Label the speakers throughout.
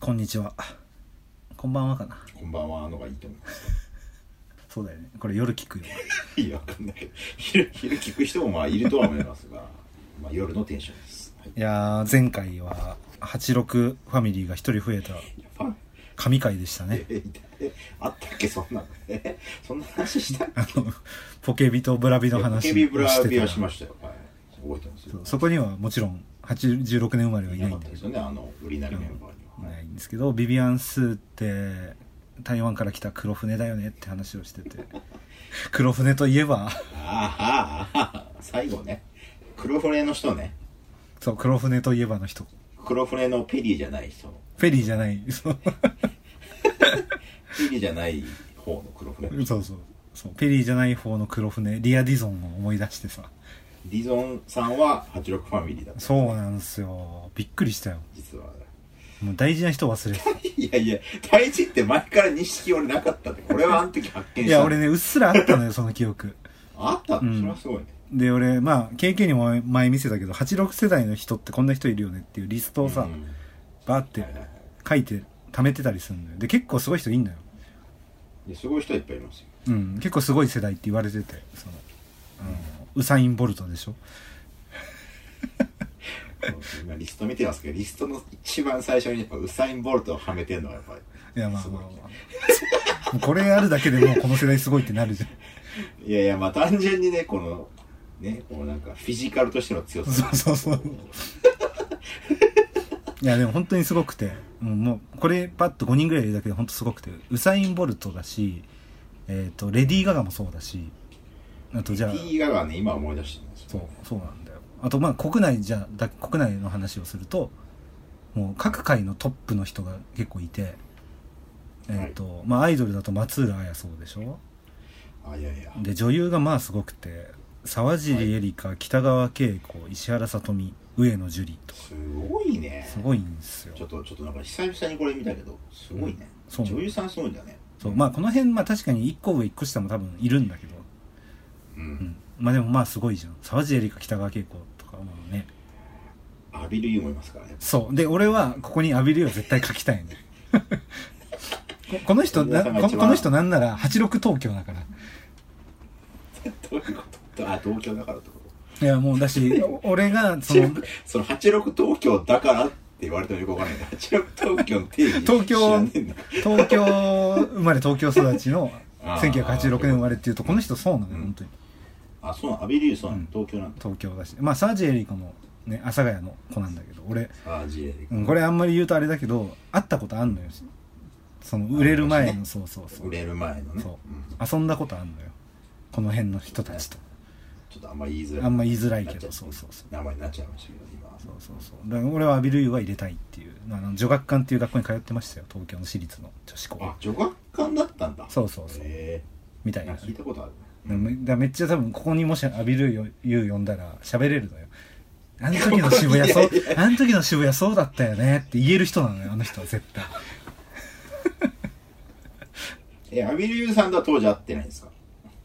Speaker 1: こんにちはこんばんはかな
Speaker 2: こんばんはのがいいと思います。
Speaker 1: そうだよねこれ夜聞くよ
Speaker 2: いや、わかんないけど昼、昼聞く人もまあいるとは思いますが、 まあ夜のテンションです。はい
Speaker 1: いやー前回は86ファミリーが一人増えた
Speaker 2: いやファン
Speaker 1: 神回でしたね
Speaker 2: え、いたえあったっけ、そんなの。え、そんな話したっけ
Speaker 1: あのポケビとブラビの話
Speaker 2: ケ
Speaker 1: を
Speaker 2: ビブラビはしま
Speaker 1: し
Speaker 2: したよ。はい。覚えてますよ
Speaker 1: た。そこにはもちろん86年生まれはい
Speaker 2: い
Speaker 1: な
Speaker 2: ない
Speaker 1: ん
Speaker 2: かっ
Speaker 1: だけ
Speaker 2: たで
Speaker 1: ど
Speaker 2: すよね、あの、売りなりメンバーに
Speaker 1: い
Speaker 2: は。は
Speaker 1: ないいんですけどビビアン・スーって台湾から来た黒船だよねって話をして て黒船といえば
Speaker 2: あーあー、あー最後ね。黒船の人ね。
Speaker 1: そう黒船といえばの人
Speaker 2: 黒船のペリーじゃない人の。
Speaker 1: フェリーじゃないそう
Speaker 2: ペリーじゃない方の黒船。デ
Speaker 1: そうそうそうペリーじゃない方の黒船リア・ディゾンを思い出してさ
Speaker 2: ィゾンさんは86ファミリーだった。
Speaker 1: そうなんですよびっくりしたよ
Speaker 2: 実は。
Speaker 1: もう大事な人忘れてた
Speaker 2: いやいや、大事って前から認識俺なかったって。俺はあの時発見
Speaker 1: い
Speaker 2: した。
Speaker 1: や俺。ねうっすらあったのよその記憶
Speaker 2: あった
Speaker 1: う
Speaker 2: の
Speaker 1: ん
Speaker 2: それはすごいね。
Speaker 1: で俺まあ KK にも前見せたけど86世代の人ってこんな人いるよねっていうリストをさ、
Speaker 2: うん
Speaker 1: バーって
Speaker 2: はいはいはい
Speaker 1: 書いて貯めてたりするのよで結構すごい人いんだよ
Speaker 2: いやすごい人はいっぱいいますよ。
Speaker 1: うん結構すごい世代って言われててそのあのウサイン・ボルトでしょ
Speaker 2: 今リスト見てますけど、リストの一番最初にやっぱウサイン・ボルトをはめてるのがやっぱり。
Speaker 1: いやまあ
Speaker 2: す
Speaker 1: ま
Speaker 2: ご
Speaker 1: あ
Speaker 2: い
Speaker 1: まあ もうこれやるだけでもうこの世代すごいってなるじゃん
Speaker 2: いやいや、まあ単純にね、この、ね、こうなんかフィジカルとしての強さ。
Speaker 1: そうそうそういやでも本当にすごくてうんもうこれパッと5人ぐらいいるだけで本当すごくてウサイン・ボルトだし、えー、とレディー・ガガもそうだしあとじゃあ
Speaker 2: T ガガね、今思い出してるんですよ。
Speaker 1: そうそうなんだよあとまあ国内じゃだ国内の話をするともう各界のトップの人が結構いてえっ、と、まあアイドルだと松浦綾そうでしょ
Speaker 2: あ、いやいや。
Speaker 1: で女優がまあすごくて沢尻エリカ、北川景子石原さとみ上野樹里と
Speaker 2: すごいね。
Speaker 1: すごいんですよ
Speaker 2: ちょっと、ちょっとなんか久々にこれ見たけど、すごいね。
Speaker 1: そう
Speaker 2: 女優さんすごいんだね。
Speaker 1: そうまあこの辺まあ確かに1個上1個下も多分いるんだけど、
Speaker 2: う。
Speaker 1: うんん、まあでもまあすごいじゃん沢尻エリカ北川景子とかもうね
Speaker 2: アビル・ユーもいますからね。
Speaker 1: そうで俺はここに浴びるよ絶対書きたい ねここの人な
Speaker 2: 皆さんが
Speaker 1: こ
Speaker 2: 一
Speaker 1: こ
Speaker 2: 番
Speaker 1: の人なんなら86東京だから
Speaker 2: どういうことあ、東京だからってこと
Speaker 1: いやもうだし俺がその
Speaker 2: その86東京だからって言われてもよくわかんない86東京の定 義
Speaker 1: 東京
Speaker 2: 知らねえんだ
Speaker 1: 東京生まれ東京育ちの
Speaker 2: あー
Speaker 1: 1986年生まれっていうとこの人そうなのよ、
Speaker 2: うん
Speaker 1: 本当に
Speaker 2: あそうなのアビリューソン、
Speaker 1: うん
Speaker 2: 東京なんだ
Speaker 1: 東京だしまあサージエリカもね阿佐ヶ谷の子なんだけど俺、
Speaker 2: あー J
Speaker 1: うん、これあんまり言うとあれだけど会ったことあんのよその売れる前の、
Speaker 2: あ
Speaker 1: そうそうそう
Speaker 2: 売れる前のね
Speaker 1: そうん遊んだことあんのよこの辺の人たちと
Speaker 2: ちょっとあんま言いづらい
Speaker 1: あんま言いづらいけ
Speaker 2: なっち
Speaker 1: ど
Speaker 2: ゃった
Speaker 1: そうそうそう
Speaker 2: 名前になっちゃいましたけど今
Speaker 1: そうそうそうだから俺はアビルユーは入れたいっていうあの女学館っていう学校に通ってましたよ東京の私立の女子校
Speaker 2: あ女学館だったんだ
Speaker 1: そうそうそう
Speaker 2: へ
Speaker 1: みた
Speaker 2: え
Speaker 1: いな
Speaker 2: 聞いたことある
Speaker 1: めだからめっちゃ多分ここにもしアビルユー呼んだら喋れるのよあの時の渋谷そうあの時の渋谷そうだったよねって言える人なのよあの人は絶対
Speaker 2: えアビリューさんとは当時会ってないんですか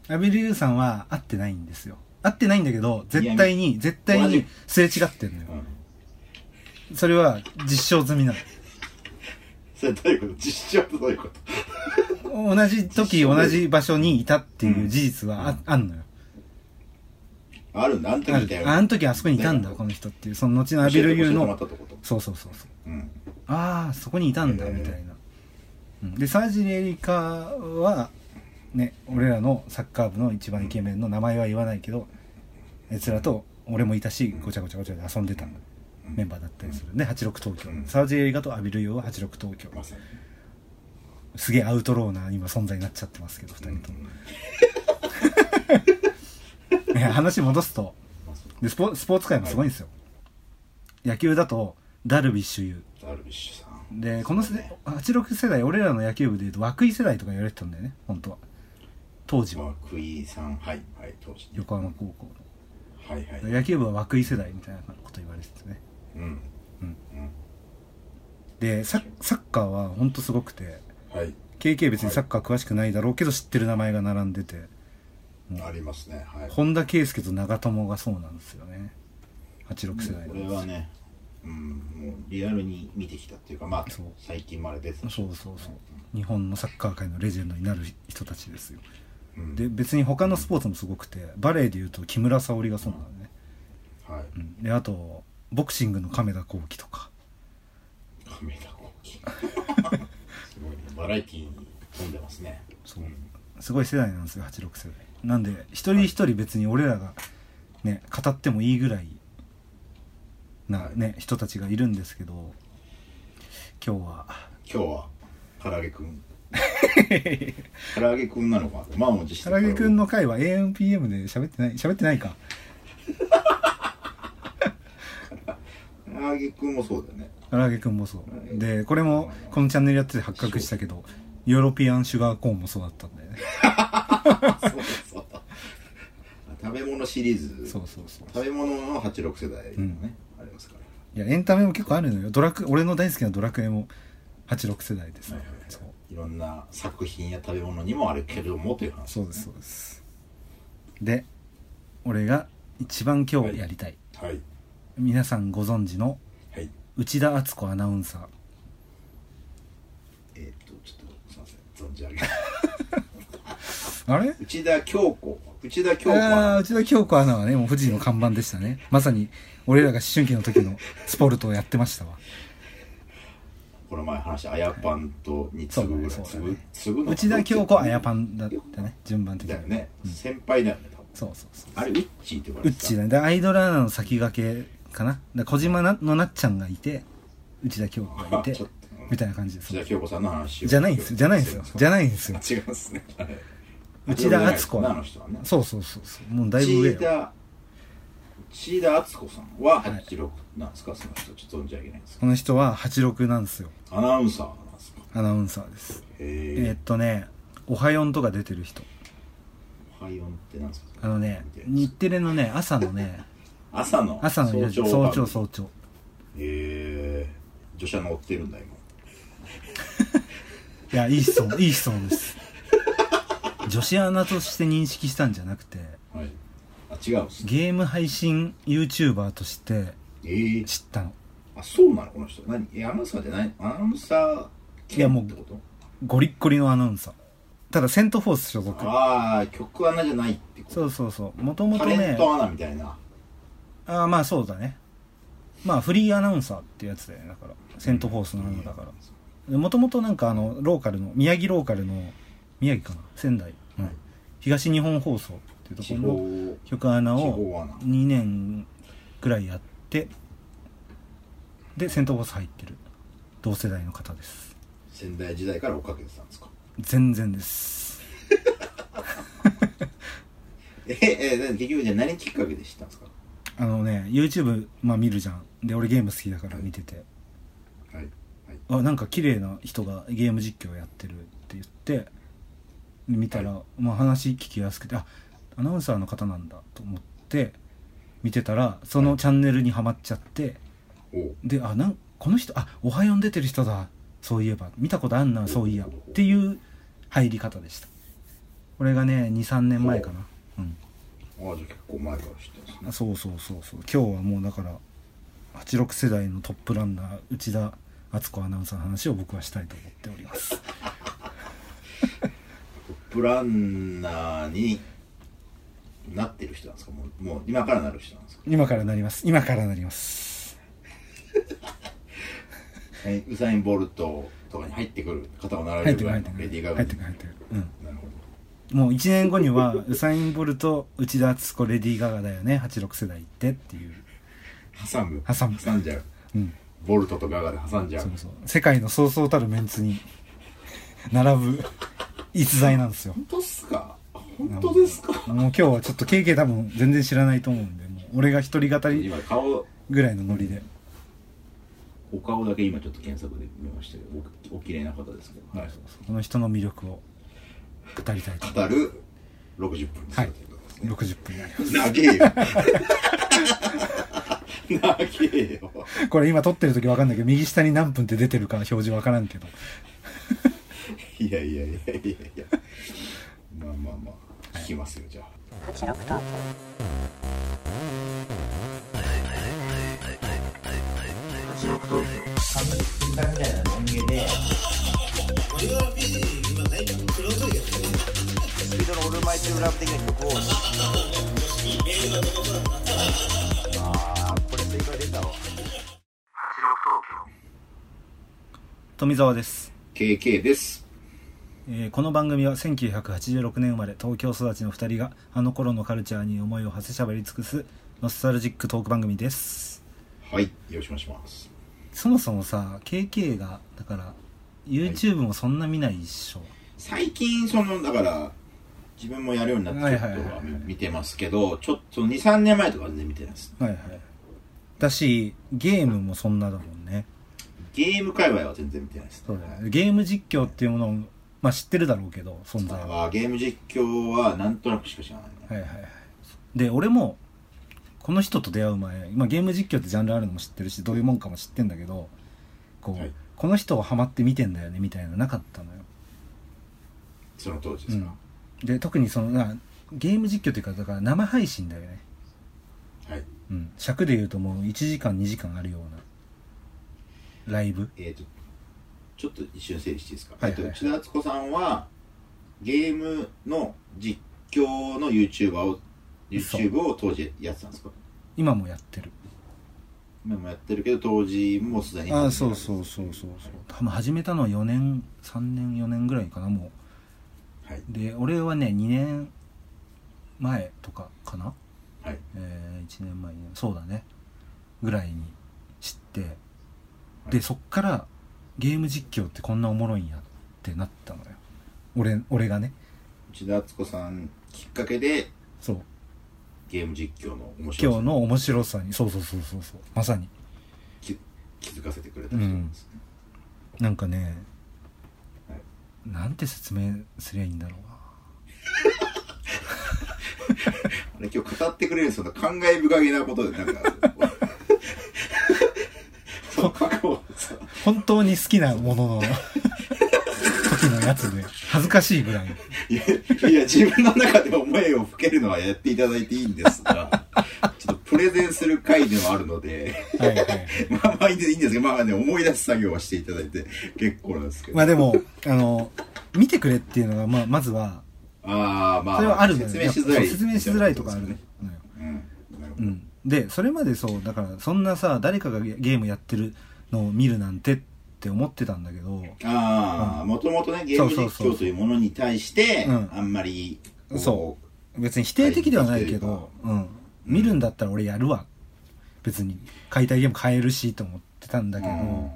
Speaker 1: アビルユーさんは会ってないんですよ会ってないんだけど絶対に絶対
Speaker 2: 同
Speaker 1: に
Speaker 2: じ
Speaker 1: すれ違ってんのよ
Speaker 2: うん
Speaker 1: それは実証済みなの
Speaker 2: それどういうこと実証とどういうこと
Speaker 1: 同じ時同じ場所にいたっていう事実はあ,、あんのよ
Speaker 2: あるんだあん
Speaker 1: あ
Speaker 2: 時みたい
Speaker 1: る
Speaker 2: な
Speaker 1: あの時あそこにいたんだこの人っていうその後のアビルユーの
Speaker 2: 教えてもらったってこと
Speaker 1: そうそうそうそう
Speaker 2: うん
Speaker 1: ああそこにいたんだ
Speaker 2: へー
Speaker 1: みたいな、うんでサージエリカはね俺らのサッカー部の一番イケメンの名前は言わないけどやつらと俺もいたしごちゃごちゃごちゃで遊んでたメンバーだったりするね86東京、
Speaker 2: うん
Speaker 1: サージエリカとアビルユーは86東京
Speaker 2: まさに
Speaker 1: すげえアウトローな今存在になっちゃってますけど2人とも、 いや話戻すと
Speaker 2: まあそう
Speaker 1: でスポスポーツ界もすごいんですよ、野球だとダルビッシュ有
Speaker 2: ダルビッシュさん
Speaker 1: でこの世代86世代俺らの野球部でいうと涌井世代とか言われてたんだよね本当は当時は
Speaker 2: 涌井さんはいはい当時ね
Speaker 1: 横浜高校
Speaker 2: はいはい
Speaker 1: の野球部は涌井世代みたいなこと言われててね
Speaker 2: うん
Speaker 1: うん
Speaker 2: うん
Speaker 1: でサッサッカーは本当すごくて
Speaker 2: はい
Speaker 1: KK 別にサッカー詳しくないだろうけど知ってる名前が並んでてうん
Speaker 2: ありますねはい
Speaker 1: 本田圭佑と長友がそうなんですよね86世代
Speaker 2: こ
Speaker 1: なんで
Speaker 2: れ
Speaker 1: す
Speaker 2: はねうん、もうリアルに見てきたっていうか、まあ
Speaker 1: そう、
Speaker 2: 最近まで別に。
Speaker 1: そうそうそう日本のサッカー界のレジェンドになる人たちですよ
Speaker 2: うん
Speaker 1: で別に他のスポーツもすごくてバレエでいうと木村沙織がそうなのね、
Speaker 2: はい。
Speaker 1: うん、であとボクシングの亀田光輝とか
Speaker 2: 亀田光輝。すごいね。バラエティーに飛んでますね。
Speaker 1: そう
Speaker 2: うん
Speaker 1: すごい世代なんですよ86世代なんで一人一人別に俺らがね語ってもいいぐらいなね人たちがいるんですけど今日は
Speaker 2: 今日は、唐揚げく ん。唐揚げくんなのか。満を持して。
Speaker 1: 唐揚げくんの回は AMPM で喋ってない喋ってないか
Speaker 2: 唐揚げくんもそうだよね。
Speaker 1: 唐揚げくんもそうでこれもこのチャンネルやってて発覚したけどヨーロピアンシュガーコーンもそうだったんだよね
Speaker 2: そうだそうだ。食べ物シリーズ。
Speaker 1: そうそうそう
Speaker 2: 食べ物の86世代のね、ありますから。
Speaker 1: いやエンタメも結構あるのよドラク俺の大好きなドラクエも86世代ですね、そう
Speaker 2: いろんな作品や食べ物にもあるけれどもという話
Speaker 1: そうですそうですで俺が一番今日やりたい、
Speaker 2: はい
Speaker 1: 皆さんご存知の
Speaker 2: はい
Speaker 1: 内田敦子アナウンサー
Speaker 2: えーっとちょっとすいません存じ上げない
Speaker 1: あれ
Speaker 2: 内田京子内田京
Speaker 1: あ
Speaker 2: 子
Speaker 1: あー
Speaker 2: は
Speaker 1: 内田京子アナはねもう富士の看板でしたねまさに俺らが思春期の時のスポルトをやってましたわ
Speaker 2: この前話したあやパンとに次ぐぐらい
Speaker 1: そうだねそうだ
Speaker 2: 次ぐ
Speaker 1: ね
Speaker 2: 次ぐの
Speaker 1: 内田京子あやパンだったね順番的に
Speaker 2: だよね先輩だよね多分
Speaker 1: そうそうそう
Speaker 2: あれウッチーって言わ
Speaker 1: う
Speaker 2: れ
Speaker 1: って
Speaker 2: た
Speaker 1: ちーだねでアイドルアナの先駆けかなで小島なのなっちゃんがいて内田京子がいて
Speaker 2: ちょっと
Speaker 1: みたいな感じです
Speaker 2: 内田京子さんの話を
Speaker 1: じゃないんですよじゃないんですよじゃないんですよ
Speaker 2: 違うんですねはい
Speaker 1: 内田敦子
Speaker 2: あの人はね
Speaker 1: そうそうそうそうもうだいぶ上
Speaker 2: 内
Speaker 1: よ
Speaker 2: 田内田敦子さんは
Speaker 1: はい
Speaker 2: 86なんですかその人ちょっと存じ上げないんですか
Speaker 1: この人は86なんですよ
Speaker 2: アナウンサーなんですか
Speaker 1: アナウンサーです
Speaker 2: へ
Speaker 1: えーっとね「おはよん」とか出てる人
Speaker 2: ハイオンってなんですか
Speaker 1: あのね日テレのね朝の ね
Speaker 2: 朝の
Speaker 1: 朝の早
Speaker 2: 番
Speaker 1: 朝
Speaker 2: 組
Speaker 1: 早朝
Speaker 2: へえ女子アナ追ってるんだ今
Speaker 1: いやいい質 問いい質問です女子アナとして認識したんじゃなくて
Speaker 2: はいあ違うんですね
Speaker 1: ゲーム配信 YouTuber として
Speaker 2: ええ
Speaker 1: 知ったの
Speaker 2: あそうなのこの人何えアナウンサーじゃないアナウンサー
Speaker 1: いやもう
Speaker 2: ってこと
Speaker 1: ゴリッゴリのアナウンサーただセントフォース所属
Speaker 2: ああ曲アナじゃないってこと
Speaker 1: そうそうそうもとも
Speaker 2: タ
Speaker 1: と
Speaker 2: レ
Speaker 1: ね
Speaker 2: ントアナみたいな
Speaker 1: ああまあそうだねまあフリーアナウンサーってやつだよねだからセントフォースのものだからもともとなんかあのローカルの宮城ローカルの宮城かな仙台、うん
Speaker 2: はい
Speaker 1: 東日本放送っていうと
Speaker 2: 地
Speaker 1: ころの
Speaker 2: 方
Speaker 1: 局アナ
Speaker 2: 地
Speaker 1: を
Speaker 2: 方アナ
Speaker 1: 2年ぐらいやってでセントフォース入ってる同世代の方です
Speaker 2: 仙台時代から追っかけてたんですか
Speaker 1: 全然です
Speaker 2: えええ結局じゃあ何きっかけで知ったんですか
Speaker 1: あのね YouTube、まあ、見るじゃんで俺ゲーム好きだから見てて、
Speaker 2: はい
Speaker 1: あなんか綺麗な人がゲーム実況やってるって言って見たら、まあ、話聞きやすくてあアナウンサーの方なんだと思って見てたらそのチャンネルにはまっちゃって
Speaker 2: おう
Speaker 1: であなんこの人あおはよう出てる人だそういえば見たことあんなそういやっていう入り方でしたこれがね23年前かなうん
Speaker 2: ああじゃあ結構前から知ってますね
Speaker 1: あそうそうそうそう今日はもうだから86世代のトップランナー内田敦子アナウンサーの話を僕はしたいと思っております
Speaker 2: プランナーになってる人なんですかもうもう今からなる人なんですか
Speaker 1: 今からなります今からなります
Speaker 2: えウサイン・ボルトとかに入ってくる方を並
Speaker 1: 入っ
Speaker 2: べる
Speaker 1: てくる
Speaker 2: ぐら
Speaker 1: 入っ
Speaker 2: い
Speaker 1: て
Speaker 2: の
Speaker 1: く
Speaker 2: レディー・
Speaker 1: る
Speaker 2: ガ
Speaker 1: 入
Speaker 2: ガ
Speaker 1: ってくる入ってくるうん
Speaker 2: なるほど
Speaker 1: もう1年後にはウサイン・ボルト内田敦子レディー・ガガだよね86世代ってっていう
Speaker 2: 挟む
Speaker 1: 挟む
Speaker 2: 挟んじゃう
Speaker 1: うん
Speaker 2: ボルトとガガで挟んじゃ
Speaker 1: そううそう世界のそうそうたるメンツに並ぶ逸材なんですよ
Speaker 2: 本当っすか本当ですか
Speaker 1: もう今日はちょっと KK 多分全然知らないと思うんでもう俺が一人語り
Speaker 2: 今顔
Speaker 1: ぐらいのノリで
Speaker 2: お顔だけ今ちょっと検索で見ましたけどおお綺麗な方ですけど、はい
Speaker 1: この人の魅力を語りたいと
Speaker 2: 語る60分ですよ
Speaker 1: はい
Speaker 2: ということですね
Speaker 1: 60分になりま
Speaker 2: 長えよ長えよ
Speaker 1: すこれ今撮ってる時分かんないけど右下に何分って出てるか表示分からんけど
Speaker 2: いやいやいやいやいやまあまあまあ聞きますよじゃあ
Speaker 3: 冠作家みたいな人間でスピードのオールマイティブラブ的な曲を
Speaker 2: あーこれ正解出たわ
Speaker 1: 富澤です、
Speaker 2: KK です
Speaker 1: えーこの番組は1986年生まれ東京育ちの2人があの頃のカルチャーに思いを馳せしゃべり尽くすノスタルジックトーク番組です
Speaker 2: はいよろしくお願いします
Speaker 1: そもそもさ KK がだから YouTube もそんな見ないっしょ、
Speaker 2: 最近そのだから自分もやるようになってちょっとは見てますけど、ちょっと23年前とか全然見てないです
Speaker 1: はいはいだしゲームもそんなだもんね
Speaker 2: ゲーム界隈は全然見てないです
Speaker 1: そうだよねゲーム実況っていうものを、まあ、知ってるだろうけど存在はは
Speaker 2: あーゲーム実況はなんとなくしか知らないね
Speaker 1: いはいはいで俺もこの人と出会う前、まあ、ゲーム実況ってジャンルあるのも知ってるしどういうもんかも知ってんだけどこう、
Speaker 2: はい
Speaker 1: この人をハマって見てんだよねみたいなのなかったのよ、
Speaker 2: その当時で
Speaker 1: う
Speaker 2: す
Speaker 1: ん
Speaker 2: か、、
Speaker 1: で特にそのなゲーム実況っていうかだから生配信だよね、
Speaker 2: はい
Speaker 1: うん、尺で言うともう1時間2時間あるようなライブ
Speaker 2: えっ、とちょっと一瞬整理していいですか、
Speaker 1: はいはい
Speaker 2: えっと内田敦子さんはゲームの実況の YouTuber を YouTube を当時やってたんですか
Speaker 1: 今もやってる
Speaker 2: 今もやってるけど当時もうすでに
Speaker 1: ああそうそうそうそうそう多分始めたのは4年3年4年ぐらいかなも
Speaker 2: はい、
Speaker 1: うで俺はね2年前とかかな
Speaker 2: はい、
Speaker 1: え1年前にそうだねぐらいに知ってでそっからゲーム実況ってこんなおもろいんやってなったのよ俺俺がね
Speaker 2: 内田敦子さんきっかけで
Speaker 1: そう
Speaker 2: ゲーム実況の面
Speaker 1: 今
Speaker 2: 白
Speaker 1: 日
Speaker 2: さに
Speaker 1: の面白さにそうそうそうそうそうまさに
Speaker 2: 気気づかせてくれた人なんですね、
Speaker 1: なんかね、
Speaker 2: は
Speaker 1: なんて説明すりゃいいんだろうな
Speaker 2: あれ今日語ってくれるその感慨深げなこと でなんかその過去をさ
Speaker 1: 本当に好きなもの の時のやつで恥ずかしいぐらい
Speaker 2: いやいや自分の中で思いをふけるのはやっていただいていいんですが ちょっとプレゼンする回でもあるので
Speaker 1: はいはい
Speaker 2: まあまあいいんですいいんですけどまあまあね思い出す作業はしていただいて結構なんですけど、
Speaker 1: まあでもあの見てくれっていうのが、まあ、まずは
Speaker 2: ああまあ
Speaker 1: それはあるのよ
Speaker 2: 説明しづらい
Speaker 1: そう説明しづらいとかあるのよ、
Speaker 2: うんなるほ
Speaker 1: う
Speaker 2: ど
Speaker 1: ん、でそれまでそうだからそんなさ誰かがゲゲームやってるのを見るなんてって思ってたんだけど
Speaker 2: ああ、もともとね、ゲーム
Speaker 1: そう
Speaker 2: 実
Speaker 1: そうそう
Speaker 2: 況というものに対して、
Speaker 1: うん
Speaker 2: あんまり、こ
Speaker 1: そ別に否定的ではないけど、うん、見るんだったら俺やるわ別に買いたいゲーム買えるしと思ってたんだけど、
Speaker 2: うん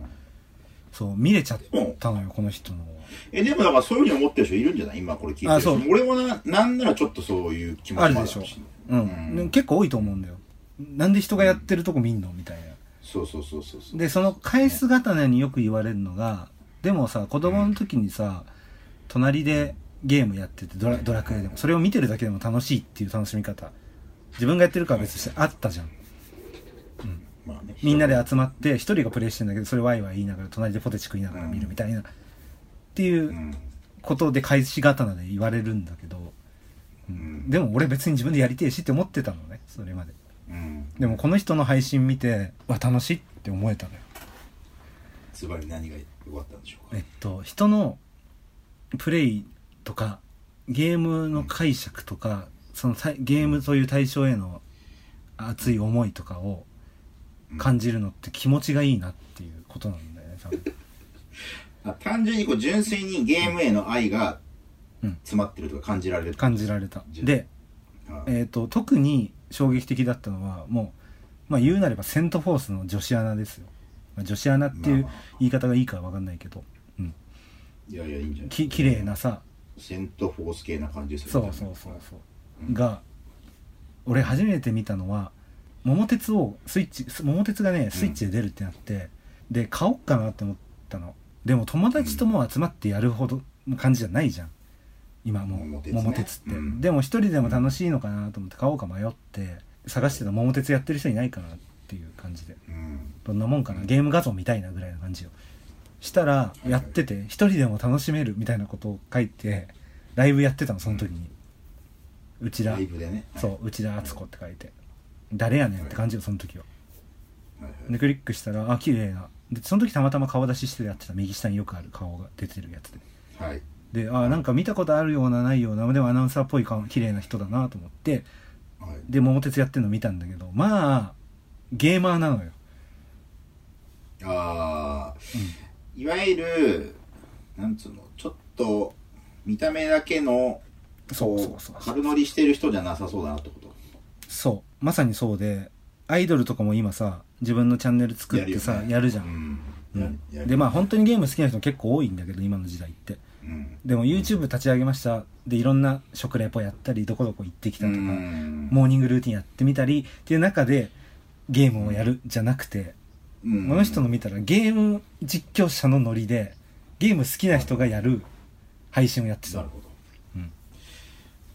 Speaker 1: そう見れちゃったのよこの人の。
Speaker 2: え、でもだからそういうふうに思ってる人いるんじゃない今これ聞いてる
Speaker 1: あそう
Speaker 2: 人。俺もな、なんならちょっとそういう気持ちも
Speaker 1: あ
Speaker 2: ある
Speaker 1: る
Speaker 2: か
Speaker 1: で
Speaker 2: も
Speaker 1: し
Speaker 2: し
Speaker 1: ょ
Speaker 2: れない。
Speaker 1: うん、
Speaker 2: う
Speaker 1: で結構多いと思うんだよなんで人がやってるとこ見んのみたいな
Speaker 2: そうそうそうそうそう。
Speaker 1: でその返す刀によく言われるのがでもさ子供の時にさ、隣でゲームやっててドラドラクエでもそれを見てるだけでも楽しいっていう楽しみ方自分がやってるから別としてあったじゃん
Speaker 2: まあね
Speaker 1: みんなで
Speaker 2: 人
Speaker 1: 集まって一人がプレイしてんだけどそれワイワイ言いながら隣でポテチ食いながら見るみたいなっていう
Speaker 2: うん。
Speaker 1: ことで返し刀で言われるんだけど、う
Speaker 2: うん
Speaker 1: ん、でも俺別に自分でやりてえしって思ってたのねそれまで
Speaker 2: うん。
Speaker 1: でもこの人の配信見てわ楽しいって思えたのよ
Speaker 2: つまり何が良かったんでしょうか
Speaker 1: えっ。と人のプレイとかゲームの解釈とか、そのたゲームという対象への熱い思いとかを感じるのって気持ちがいいなっていうことなんだよね多 分
Speaker 2: あ単純にこう、純粋にゲームへの愛が
Speaker 1: うん
Speaker 2: 詰まってるとか感じられる。
Speaker 1: 感じられたで、
Speaker 2: あー
Speaker 1: えっと特に衝撃的だったのはもう、まあ、言うなればセント・フォースの女子アナですよ、まあ、女子アナってい
Speaker 2: ま
Speaker 1: う
Speaker 2: あまあ
Speaker 1: 言い方がいいかは分かんないけど、うん、
Speaker 2: いやいや、いいんじゃない
Speaker 1: き綺麗なさ
Speaker 2: セントフォース系な感じです
Speaker 1: そ
Speaker 2: よ
Speaker 1: う
Speaker 2: ね
Speaker 1: そうそうそうが俺初めて見たのは桃鉄をスイッチす桃鉄がねスイッチで出るってなって、で買おっかなって思ったのでも友達ともう集まってやるほどの感じじゃないじゃん今もう
Speaker 2: 桃
Speaker 1: 桃
Speaker 2: 鉄
Speaker 1: 鉄,、
Speaker 2: ね
Speaker 1: って、
Speaker 2: うん
Speaker 1: でも一人でも楽しいのかなと思って買おうか迷って探してた桃鉄やってる人いないかなっていう感じで
Speaker 2: うん。
Speaker 1: どんなもんかなゲーム画像見たいなぐらいな感じよしたら
Speaker 2: い
Speaker 1: やってて一人でも楽しめるみたいなことを書いてライブやってたのその時に内田
Speaker 2: ライブでね。
Speaker 1: そう内田敦子って書いて誰やねんって感じよその時は
Speaker 2: はいはい
Speaker 1: でクリックしたらあ綺麗なでその時たまたま顔出ししてやってた右下によくある顔が出てるやつ
Speaker 2: はい
Speaker 1: でであなんか見たことあるようなないようなでもアナウンサーっぽい顔綺麗な人だなと思って
Speaker 2: はい
Speaker 1: で桃鉄やってるの見たんだけどまあゲーマーなのよ
Speaker 2: ああ、いわゆるなんつうのちょっと見た目だけの
Speaker 1: そうそうそう
Speaker 2: 軽乗りしてる人じゃなさそうだなってこと
Speaker 1: そうまさにそうでアイドルとかも今さ自分のチャンネル作っ
Speaker 2: やる
Speaker 1: て
Speaker 2: よ
Speaker 1: さやる,、
Speaker 2: ね
Speaker 1: じゃ、
Speaker 2: うんん
Speaker 1: うん
Speaker 2: やる
Speaker 1: でまあ本当にゲーム好きな人結構多いんだけど今の時代って
Speaker 2: うん
Speaker 1: でも YouTube 立ち上げましたでいろんな食レポやったりどこどこ行ってきたとか、
Speaker 2: うん
Speaker 1: モーニングルーティンやってみたりっていう中でゲームをやるじゃなくて、
Speaker 2: うん
Speaker 1: この人の見たらゲーム実況者のノリでゲーム好きな人がやる配信をやって
Speaker 2: な
Speaker 1: た
Speaker 2: るほど、
Speaker 1: うん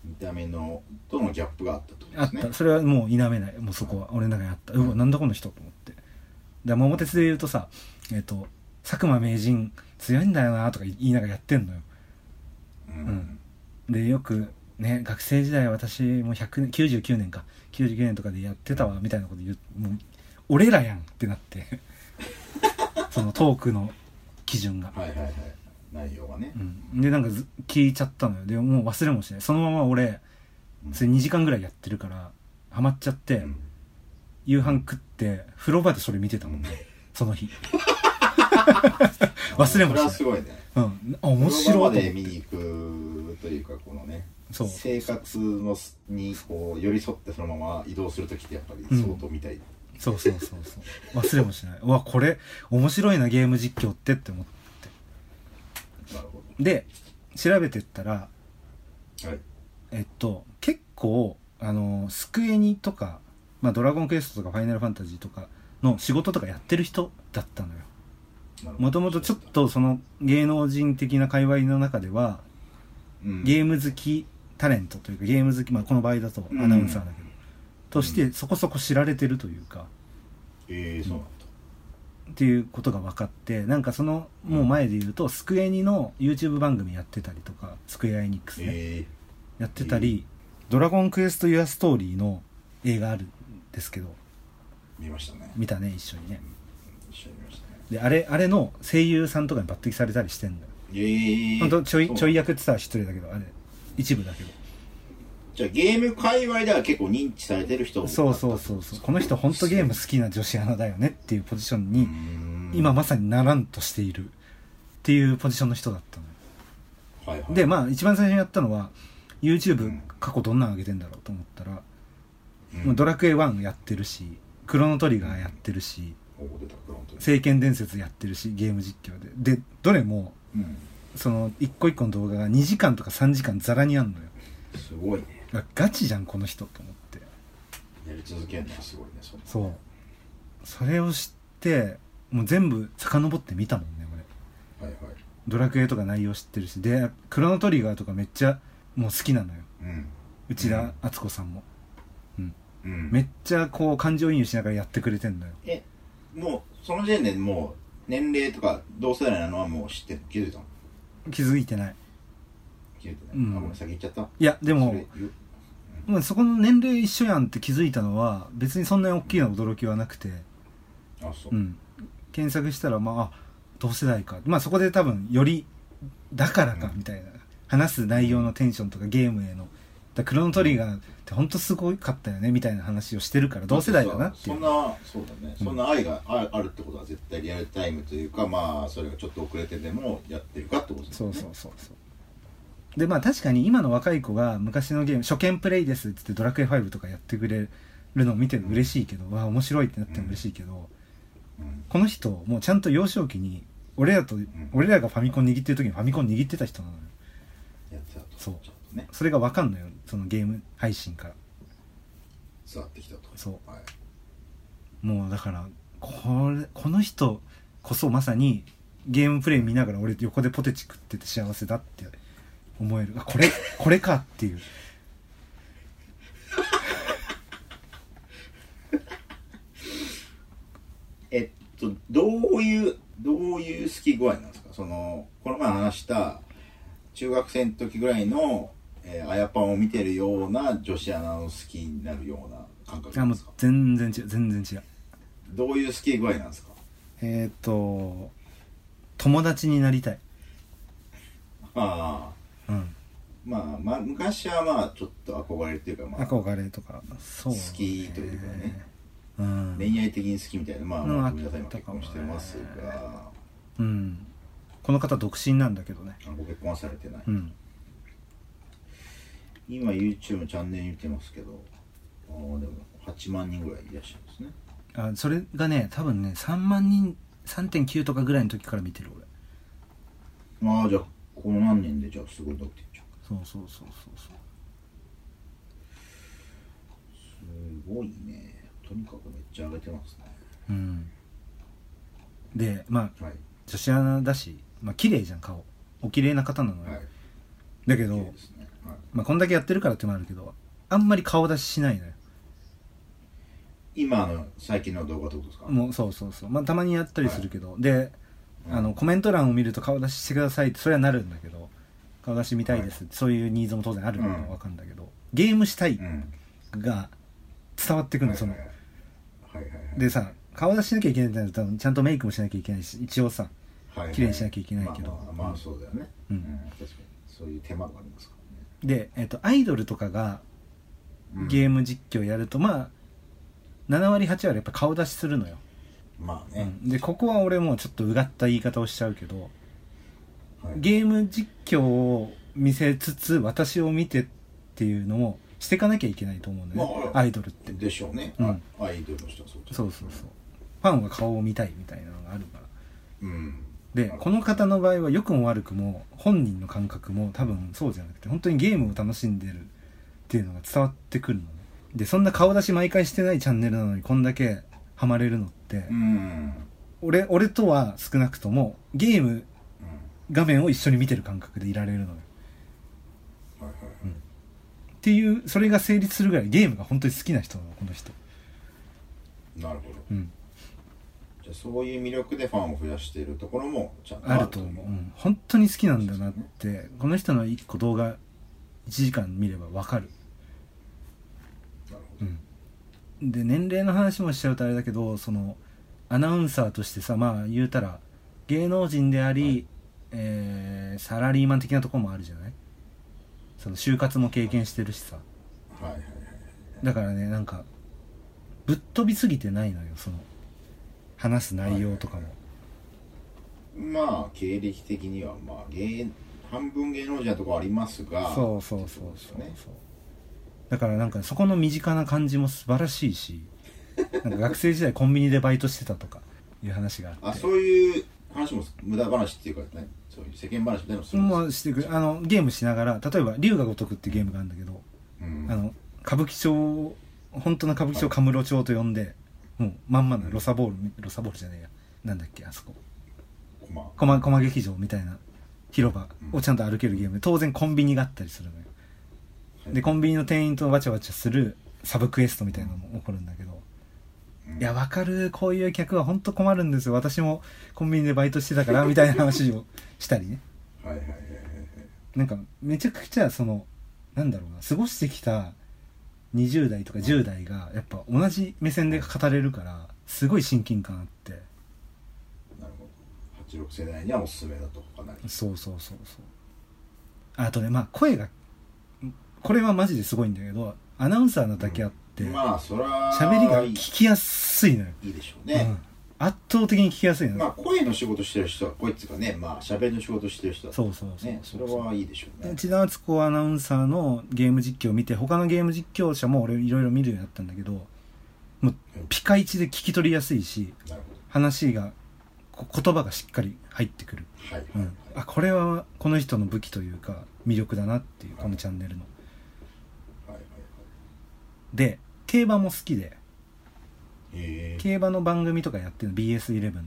Speaker 2: 見た目のとのギャップがあったってこと
Speaker 1: あ
Speaker 2: で
Speaker 1: っ
Speaker 2: すね
Speaker 1: たそれはもう否めないもうそこは俺の中にあったうわなんだこの人と思ってで桃鉄で言うとさえっ、と佐久間名人強いんだよなとか言いながらやってんのよ
Speaker 2: うん
Speaker 1: でよくね学生時代私もう100年99年か99年とかでやってたわみたいなこと言うもう俺らやんってなって そのトークの基準が、
Speaker 2: はいはいはい内容がね、
Speaker 1: うん、でなんかず聞いちゃったのよでもう忘れもしないそのまま俺それ2時間ぐらいやってるからハマっちゃって、
Speaker 2: うん
Speaker 1: 夕飯食って風呂場でそれ見てたもんねその日 忘れも
Speaker 2: それは
Speaker 1: し
Speaker 2: す
Speaker 1: ない、
Speaker 2: ごいね
Speaker 1: うん、あ面白いと
Speaker 2: その
Speaker 1: 思
Speaker 2: 場
Speaker 1: っ
Speaker 2: まで
Speaker 1: て
Speaker 2: 見に行くというかこのね
Speaker 1: そう
Speaker 2: 生活のすにこう寄り添ってそのまま移動するときってやっぱり
Speaker 1: うん
Speaker 2: 相当みたい、
Speaker 1: そうそうそうそう忘れもしないうわこれ面白いなゲーム実況ってって思って
Speaker 2: なるほ
Speaker 1: で調べてったら
Speaker 2: どはい
Speaker 1: えっと結構あのスクエニとか、まあ、ドラゴンクエストとかファイナルファンタジーとかの仕事とかやってる人だったのよ
Speaker 2: なるほど
Speaker 1: もともとちょっとその芸能人的な界隈の中では
Speaker 2: うん
Speaker 1: ゲーム好きタレントというかゲーム好き、まあ、この場合だとアナウンサーだけど、としてそこそこ知られてるというか、
Speaker 2: ええそうなんだ
Speaker 1: っていうことが分かってなんかそのもう前で言うと、スクエニの YouTube 番組やってたりとかスクエアエニックスね、
Speaker 2: え
Speaker 1: やってたり「ドラゴンクエスト・ユア・ストーリー」の映画あるんですけど
Speaker 2: ー見ましたね
Speaker 1: 見たね一緒にね
Speaker 2: 一緒に見ましたね
Speaker 1: であれあれの声優さんとかに抜擢されたりしてんのよ
Speaker 2: ええ
Speaker 1: ほんとちょい
Speaker 2: そう
Speaker 1: ちょい役って言ったら失礼だけどあれ一部だけど
Speaker 2: じゃあゲーム界隈では結構認知されてる人
Speaker 1: そうそうそうそうこの人ほんとゲーム好きな女子アナだよねっていうポジションに今
Speaker 2: 今
Speaker 1: まさにならんとしているっていうポジションの人だったのよ
Speaker 2: はいはい
Speaker 1: でまあ一番最初にやったのは YouTube
Speaker 2: うん
Speaker 1: 過去どんなの上げてんだろうと思ったら「
Speaker 2: うん
Speaker 1: もうドラクエ1」やってるし「クロノトリガー」やってるし
Speaker 2: ここ出たフロント
Speaker 1: 「
Speaker 2: に
Speaker 1: 聖剣伝説」やってるしゲーム実況ででどれも
Speaker 2: うん
Speaker 1: その一個一個の動画が2時間とか3時間ざらにあんのよ
Speaker 2: すごいね
Speaker 1: あガチじゃんこの人と思って
Speaker 2: やり続けるのはすごいねその
Speaker 1: そうそれを知ってもう全部遡って見たもんね俺
Speaker 2: はいはい
Speaker 1: ドラクエとか内容知ってるしでクロノトリガーとかめっちゃもう好きなのよ
Speaker 2: うん
Speaker 1: 内田敦子さんも、
Speaker 2: うん
Speaker 1: めっちゃこう感情移入しながらやってくれてんのよ
Speaker 2: えもうその時点でもう年齢とか同世代なのはもう知って気づいたの
Speaker 1: 気づいてない
Speaker 2: 気づいてない、
Speaker 1: うん
Speaker 2: あごめん先言っちゃった
Speaker 1: いやで
Speaker 2: そ
Speaker 1: も
Speaker 2: れ言う
Speaker 1: まあそこの年齢一緒やんって気づいたのは別にそんなに大きな驚きはなくて、
Speaker 2: あそ
Speaker 1: う
Speaker 2: う、
Speaker 1: ん、検索したらまああ同世代か、まあ、そこで多分よりだからか
Speaker 2: うん
Speaker 1: みたいな、話す内容のテンションとかゲームへのだからクロノトリガーって本当すごかったよねみたいな話をしてるから同世代だなってい
Speaker 2: そうそんなそうだね、そんな愛がああるってことは絶対リアルタイムというかまあそれがちょっと遅れてでもやってるかってことです
Speaker 1: そ
Speaker 2: ね
Speaker 1: うそうそうそうでまあ確かに今の若い子が昔のゲーム初見プレイですっつって「ドラクエ5」とかやってくれるのを見て嬉しいけど、わあ面白いってなっても嬉しいけど、
Speaker 2: うん
Speaker 1: この人もうちゃんと幼少期に俺らと、俺らがファミコン握ってる時にファミコン握ってた人なのよ
Speaker 2: やってたと
Speaker 1: そう
Speaker 2: ちょっとね
Speaker 1: それが分かんのよそのゲーム配信から
Speaker 2: 座ってきたと
Speaker 1: そう
Speaker 2: はい、
Speaker 1: もうだからこれこの人こそまさにゲームプレイ見ながら俺横でポテチ食ってて幸せだって思えるあこれこれかっていう
Speaker 2: えっとどういうどういう好き具合なんですかそのこの前話した中学生の時ぐらいの、えー、アヤパンを見てるような女子アナを好きになるような感覚な
Speaker 1: あ
Speaker 2: ん
Speaker 1: も
Speaker 2: で
Speaker 1: う
Speaker 2: すか
Speaker 1: 全然違う全然違う
Speaker 2: どういう好き具合なんですか
Speaker 1: えーっと友達になりたい、
Speaker 2: ああ
Speaker 1: うん、
Speaker 2: まあ、まあ、昔はまあちょっと憧れっていうかまあ
Speaker 1: 憧れとかそう、
Speaker 2: 好きというかね
Speaker 1: うん、
Speaker 2: 恋愛的に好きみたいなまあ、まあ、
Speaker 1: うん
Speaker 2: ごめんなさい
Speaker 1: あ
Speaker 2: 今
Speaker 1: った
Speaker 2: 結
Speaker 1: かも
Speaker 2: 婚
Speaker 1: ね
Speaker 2: してますが
Speaker 1: うん、この方独身なんだけどね
Speaker 2: あご結婚はされてない、
Speaker 1: うん
Speaker 2: 今 YouTube のチャンネル見てますけどああでも8万人ぐらいいらっしゃるんですね
Speaker 1: あそれがね多分ね3万人3.9とかぐらいの時から見てる俺
Speaker 2: まあじゃあこの何年でじゃあすごいなっていっちゃう
Speaker 1: そうそうそうそうそう
Speaker 2: すごいねとにかくめっちゃ上げてますね
Speaker 1: うんでまあ
Speaker 2: はい
Speaker 1: 女子アナだしまあ綺麗じゃん顔お綺麗な方なのよ、
Speaker 2: はい
Speaker 1: だけど、
Speaker 2: そうですねは
Speaker 1: まあ、こんだけやってるからってのもあるけどあんまり顔出ししないのよ
Speaker 2: い今の最近の動画ってことですか
Speaker 1: もうそうそうそうまあたまにやったりするけど、であのコメント欄を見ると顔出ししてくださいってそれはなるんだけど顔出し見たいですって、そういうニーズも当然あるの
Speaker 2: うん
Speaker 1: はわかるんだけど、ゲームしたい
Speaker 2: うん
Speaker 1: が伝わってくるの、その
Speaker 2: はいはいはいはい
Speaker 1: でさ顔出しなきゃいけないってなるとちゃんとメイクもしなきゃいけないし一応さ
Speaker 2: はいはい
Speaker 1: 綺麗にしなきゃいけないけど
Speaker 2: まあまあ、まあそうだよね、
Speaker 1: うん
Speaker 2: 確かにそういう手間がありますからね
Speaker 1: で、えっとアイドルとかが
Speaker 2: うん
Speaker 1: ゲーム実況やると、まあ7割8割やっぱ顔出しするのよ、
Speaker 2: まあ
Speaker 1: う
Speaker 2: ね、
Speaker 1: んでここは俺もうちょっとうがった言い方をしちゃうけど
Speaker 2: はい
Speaker 1: ゲーム実況を見せつつ私を見てっていうのをしていかなきゃいけないと思うんだよね
Speaker 2: まあ
Speaker 1: アイドルって
Speaker 2: でしょうね、
Speaker 1: うん
Speaker 2: あアイドルの人はそうです
Speaker 1: そうそうそうファンは顔を見たいみたいなのがあるから
Speaker 2: うん
Speaker 1: で
Speaker 2: なるほ
Speaker 1: この方の場合は良くも悪くも本人の感覚も多分そうじゃなくて本当にゲームを楽しんでるっていうのが伝わってくるのねでそんな顔出し毎回してないチャンネルなのにこんだけハマれるのって、
Speaker 2: どうん
Speaker 1: 俺俺とは少なくともゲーム
Speaker 2: うん
Speaker 1: 画面を一緒に見てる感覚でいられるのよ
Speaker 2: はいはいはい
Speaker 1: っていうそれが成立するぐらいゲームが本当に好きな人なのこの人
Speaker 2: なるほど
Speaker 1: うん
Speaker 2: じゃあそういう魅力でファンを増やしているところもちゃんと
Speaker 1: あると思う、うん、本当に好きなんだなってこの人の一個動画1時間見ればわかる
Speaker 2: なるほ
Speaker 1: うんで年齢の話もしちゃうとあれだけどそのアナウンサーとしてさまあ言うたら芸能人であり、えーサラリーマン的なところもあるじゃないその就活も経験してるしさ
Speaker 2: どはいはい
Speaker 1: だからねなんかぶっ飛びすぎてないのよその話す内容とかも、
Speaker 2: はいまあ経歴的にはまあ芸半分芸能人なとこありますが
Speaker 1: そうそうそう
Speaker 2: です
Speaker 1: そうそう、
Speaker 2: ね
Speaker 1: だからなんかそこの身近な感じも素晴らしいしなんか学生時代コンビニでバイトしてたとかいう話があ
Speaker 2: あ
Speaker 1: って
Speaker 2: そういう話も無駄話っていうかねそういう世間話みたいなのもするんです
Speaker 1: もうしてくるあのゲームしながら例えば「龍が如く」ってゲームがあるんだけど、
Speaker 2: うん
Speaker 1: あの歌舞伎町を本当の歌舞伎町をカムロ町と呼んでもうまんまのロサボールロサボールじゃねえやなんだっけあそこ
Speaker 2: まあ
Speaker 1: 駒駒劇場みたいな広場をちゃんと歩けるゲームで当然コンビニがあったりするのよでコンビニの店員とわちゃわちゃするサブクエストみたいなのも起こるんだけど
Speaker 2: うん
Speaker 1: いやわかるこういう客は本当困るんですよ私もコンビニでバイトしてた からみたいな話をしたりね
Speaker 2: はいはいはいはい
Speaker 1: なんかめちゃくちゃそのなんだろうな過ごしてきた20代とか10代がやっぱ同じ目線で語れるからすごい親近感あって
Speaker 2: なるほど86世代にはおすすめだとかなり
Speaker 1: そうそうそうそうあとねまあ声がこれはマジですごいんだけどアナウンサーなだけあって喋、
Speaker 2: まあそれは
Speaker 1: りが
Speaker 2: い
Speaker 1: 聞
Speaker 2: い
Speaker 1: きやすいのよ、
Speaker 2: いいでしょう
Speaker 1: う
Speaker 2: ね
Speaker 1: ん、圧倒的に聞きやすいのよ、
Speaker 2: まあ声の仕事してる人は声っていうかねまあ喋りの仕事してる人は
Speaker 1: そうそうそう
Speaker 2: ねそれはいいでしょうね
Speaker 1: 千田敦子アナウンサーのゲーム実況を見て他のゲーム実況者も俺いろいろ見るようになったんだけどもうピカイチで聞き取りやすいし
Speaker 2: なるほ
Speaker 1: 話がこ言葉がしっかり入ってくる、
Speaker 2: どはい、
Speaker 1: うん、あこれはこの人の武器というか魅力だなっていうこのチャンネルの
Speaker 2: はいはいはい
Speaker 1: で競馬も好きで
Speaker 2: へえ
Speaker 1: 競馬の番組とかやってるの BS11 で、
Speaker 2: なる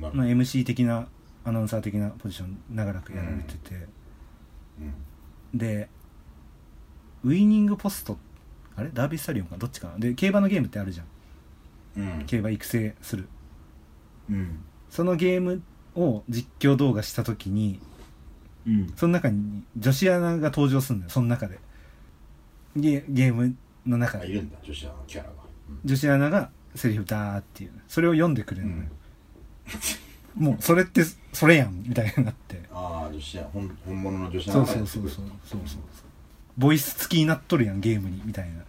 Speaker 2: ほ
Speaker 1: ま
Speaker 2: ど
Speaker 1: あ、MC 的なアナウンサー的なポジション長らくやられてて、
Speaker 2: うん
Speaker 1: でウイニングポストあれダービースタリオンかどっちかなで競馬のゲームってあるじゃん
Speaker 2: うん
Speaker 1: 競馬育成する
Speaker 2: うん
Speaker 1: そのゲームを実況動画した時に
Speaker 2: うん
Speaker 1: その中に女子アナが登場するのよその中でゲゲームの中
Speaker 2: あい
Speaker 1: で
Speaker 2: るんだ女子アナのキャラが、うん
Speaker 1: 女子アナがセリフだーっていうそれを読んでくれるのよ、もうそれってそれやんみたいになって
Speaker 2: ああ女子や本本物の女子
Speaker 1: そうそうそうそうそうそうボイス付きになっとるやんゲームにみたいな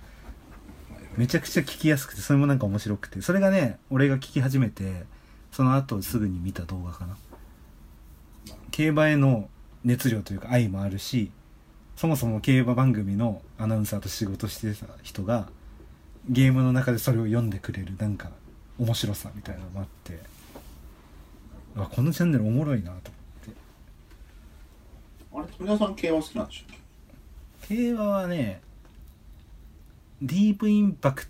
Speaker 1: めちゃくちゃ聞きやすくてそれもなんか面白くてそれがね俺が聞き始めてその後すぐに見た動画かな競馬への熱量というか愛もあるしそもそも競馬番組のアナウンサーと仕事してた人がゲームの中でそれを読んでくれるなんか面白さみたいなのもあってあこのチャンネルおもろいなと思って
Speaker 2: あれ富田さん系は好きなんでしょ
Speaker 1: 競馬はねディープインパク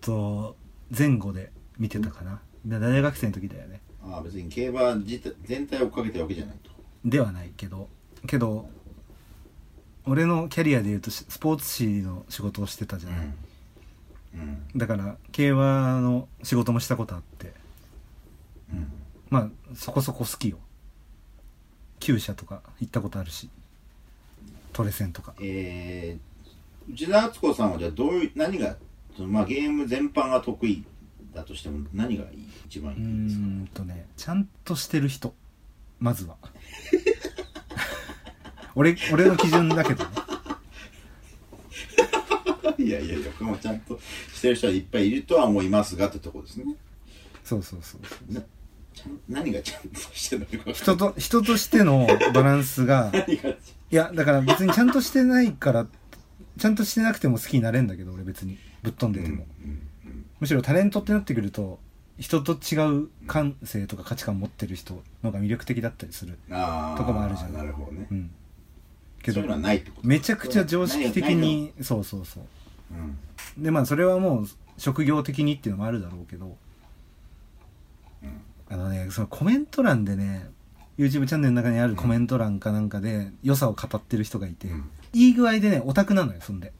Speaker 1: ト前後で見てたかな、だ大学生の時だよね
Speaker 2: ああ別に競馬自体全体を追っかけてるわけじゃないと
Speaker 1: ではないけどけど俺のキャリアでいうとしスポーツ紙の仕事をしてたじゃない、
Speaker 2: うん
Speaker 1: だから競馬の仕事もしたことあって
Speaker 2: うん
Speaker 1: まあそこそこ好きよ厩舎とか行ったことあるしトレセンとか
Speaker 2: えー、内田敦子さんはじゃあどういう何がそのまあゲーム全般が得意だとしても何がいい一番いう
Speaker 1: ー
Speaker 2: いんですか
Speaker 1: んとねちゃんとしてる人まずは 俺俺の基準だけどね
Speaker 2: いやいやいやこれもちゃんとしてる人はいっぱいいるとは思いますがってとこですね
Speaker 1: そうそうそうそう
Speaker 2: なちゃん何がちゃんとしてるのか
Speaker 1: 人と人としてのバランスが
Speaker 2: 何が
Speaker 1: いやだから別にちゃんとしてないからちゃんとしてなくても好きになれんだけど俺別にぶっ飛んでても、むしろタレントってなってくると人と違う感性とか価値観持ってる人の方が魅力的だったりする、
Speaker 2: あー
Speaker 1: とこもあるじゃん
Speaker 2: なるほどね
Speaker 1: うん、け
Speaker 2: そ
Speaker 1: ど
Speaker 2: ういうのはないってこと
Speaker 1: めちゃくちゃ常識的
Speaker 2: ない
Speaker 1: にそうそうそう
Speaker 2: ないのうん
Speaker 1: でまあそれはもう職業的にっていうのもあるだろうけど、あのねそのコメント欄でね YouTube チャンネルの中にあるコメント欄かなんかで良さを語ってる人がいて、
Speaker 2: ん
Speaker 1: いい具合でねオタクなのよそんで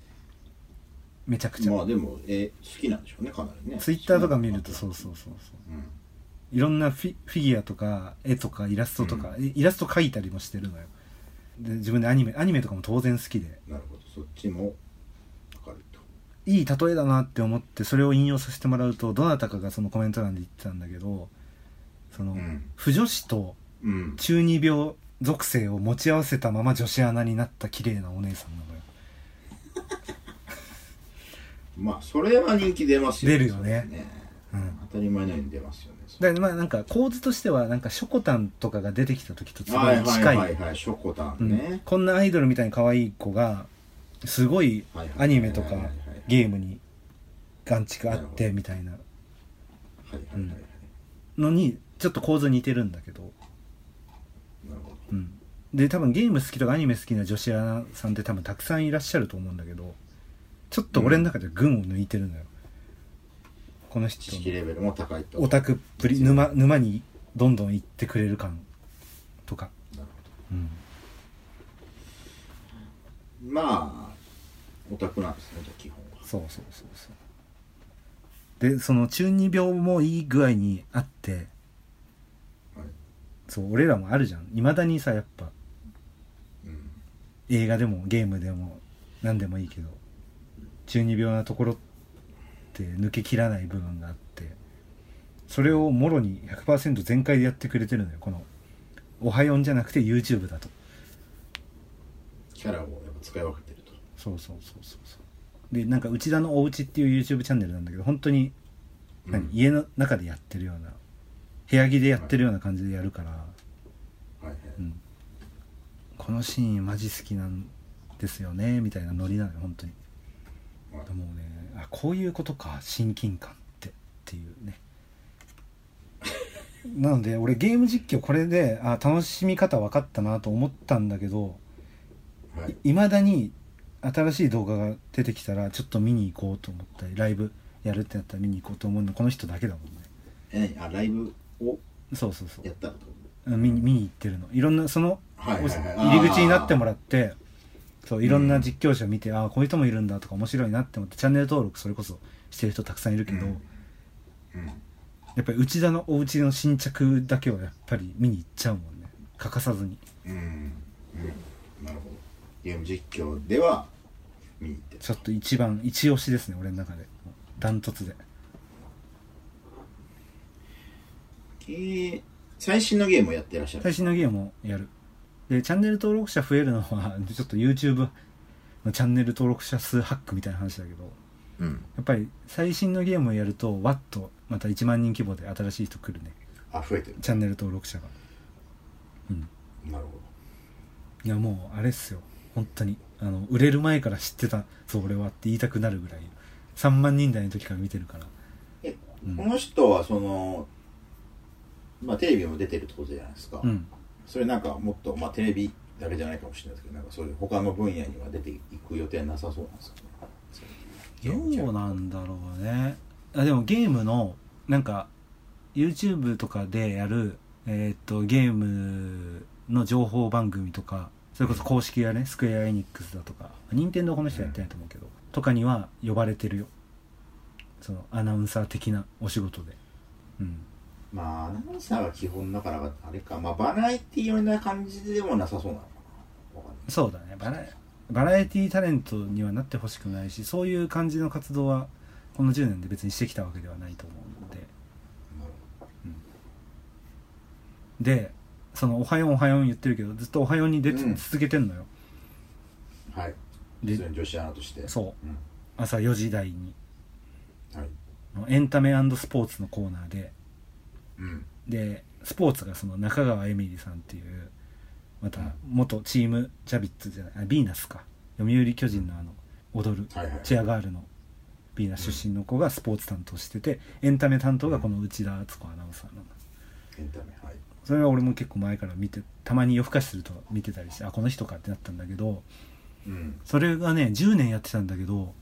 Speaker 1: めちゃくちゃ、
Speaker 2: まあでも、えー好きなんでしょうねかなりね
Speaker 1: Twitter とか見るとそうそうそうそう
Speaker 2: うん
Speaker 1: いろんなフィフィギュアとか絵とかイラストとか、イイラスト描いたりもしてるのよで自分でアニメアニメとかも当然好きで
Speaker 2: なるほどそっちも分かると
Speaker 1: いい例えだなって思ってそれを引用させてもらうとどなたかがそのコメント欄で言ってたんだけどその、
Speaker 2: うん
Speaker 1: 不女子と
Speaker 2: うん
Speaker 1: 中二病属性を持ち合わせたまま女子アナになった綺麗なお姉さんなのよ
Speaker 2: まあそれは人気出ますよ
Speaker 1: 出るよねうん
Speaker 2: 当たり前のように出ますよね
Speaker 1: だからまあなんか構図としてはなんかショコタンとかが出てきた時とすご
Speaker 2: はいいはい
Speaker 1: 近
Speaker 2: はい
Speaker 1: い
Speaker 2: はいショコタ
Speaker 1: う
Speaker 2: ン
Speaker 1: ん
Speaker 2: ね、
Speaker 1: こんなアイドルみたいに可愛い子がすごい
Speaker 2: はいはい
Speaker 1: アニメとか
Speaker 2: はいはい
Speaker 1: ゲームにガンチクあってみたいな
Speaker 2: はいはいはいはい
Speaker 1: のにちょっと構図似てるんだけど、
Speaker 2: なるほど
Speaker 1: うん、で多分ゲーム好きとかアニメ好きな女子アナさんって多分たくさんいらっしゃると思うんだけどちょっと俺の中で群を抜いてるのよ、この
Speaker 2: 知
Speaker 1: 人の
Speaker 2: 識レベルも高いと
Speaker 1: オタクっぷり沼沼にどんどん行ってくれる感とか、
Speaker 2: なる
Speaker 1: うん、
Speaker 2: ほどまあオタクなんですねじゃあ基本は
Speaker 1: そうそうそうそうでその中二病もいい具合にあって
Speaker 2: はい
Speaker 1: そう俺らもあるじゃんいまだにさやっぱ
Speaker 2: うん
Speaker 1: 映画でもゲームでも何でもいいけど中二病なところって抜けきらない部分があってそれをもろに100%全開でやってくれてるのよこの「おはよん」じゃなくて YouTube だと
Speaker 2: キャラをやっぱ使い分けてると
Speaker 1: そうそうそうそうそうでなんか「内田のおうち」っていう YouTube チャンネルなんだけど本当に何、
Speaker 2: うん
Speaker 1: 家の中でやってるような部屋着でやってるような感じでやるから、
Speaker 2: はいはい
Speaker 1: うん、このシーンマジ好きなんですよねみたいなノリなのよ本当に
Speaker 2: はい
Speaker 1: でもねあこういうことか親近感ってっていうね なので俺ゲーム実況これであ楽しみ方分かったなと思ったんだけど
Speaker 2: はい
Speaker 1: いまだに新しい動画が出てきたらちょっと見に行こうと思ったりライブやるってなったら見に行こうと思うのこの人だけだもんね
Speaker 2: え何あライブを
Speaker 1: そうそうそう
Speaker 2: やったらってこ
Speaker 1: うん見に見に行ってるのいろんなその
Speaker 2: はいはいはい
Speaker 1: 入り口になってもらってそういろんな実況者見て、ああこういう人もいるんだとか面白いなって思ってチャンネル登録それこそしてる人たくさんいるけど、
Speaker 2: うんうん
Speaker 1: やっぱり内田のお家の新着だけはやっぱり見に行っちゃうもんね欠かさずに
Speaker 2: とうんうんなるほどゲーム実況では見に行って
Speaker 1: ちょっと一番一押しですね俺の中でダントツで
Speaker 2: えー最新のゲームをやってらっしゃる
Speaker 1: 最新のゲームをやるでチャンネル登録者増えるのはちょっと YouTube のチャンネル登録者数ハックみたいな話だけど
Speaker 4: うん
Speaker 1: やっぱり最新のゲームをやるとワッとまた1万人規模で新しい人来るね
Speaker 2: あ増えてる
Speaker 1: チャンネル登録者が
Speaker 2: なるほ
Speaker 1: いやもうあれっすよ本当にあの売れる前から知ってたそう俺はって言いたくなるぐらい3万人台の時から見てるから
Speaker 2: どえ、
Speaker 1: うん
Speaker 2: この人はそのまあテレビも出てるってことじゃないですか、
Speaker 1: うん
Speaker 2: それなんかもっとまあテレビだけじゃないかもしれないですけどなんかそういう他の分野には出ていく予定はなさそうなんですよね
Speaker 1: どうなんだろうねあでもゲームのなんか YouTube とかでやる、えーっとゲームの情報番組とかそれこそ公式やね、スクエア・エニックスだとか任天堂この人やってないと思うけど、とかには呼ばれてるよそのアナウンサー的なお仕事でうん
Speaker 2: まあアナウンサーが基本だからあれかまあバラエティーような感じでもなさそうなのかなわかんない
Speaker 1: そうだねバラバラエティタレントにはなってほしくないしそういう感じの活動はこの10年で別にしてきたわけではないと思うので
Speaker 2: なる
Speaker 1: でその「おはようおはよう」言ってるけどずっと「おはよう」に出て、
Speaker 2: うん
Speaker 1: 続けてんのよ
Speaker 2: ほどはい
Speaker 1: で
Speaker 2: 普通に女子アナとして
Speaker 1: そう
Speaker 2: うん
Speaker 1: 朝4時台に
Speaker 2: はい
Speaker 1: エンタメスポーツのコーナーで
Speaker 2: うん
Speaker 1: でスポーツがその中川恵美里さんっていうまた元チームジャビッツじゃないあビーナスか読売巨人のあの踊る
Speaker 2: はいはい
Speaker 1: チェアガールのビーナス出身の子がスポーツ担当しててエンタメ担当がこの内田敦子アナウンサーなんだ
Speaker 2: エンタメはい
Speaker 1: それは俺も結構前から見てたまに夜更かしすると見てたりしてあこの人かってなったんだけど
Speaker 2: うん
Speaker 1: それがね10年やってたんだけど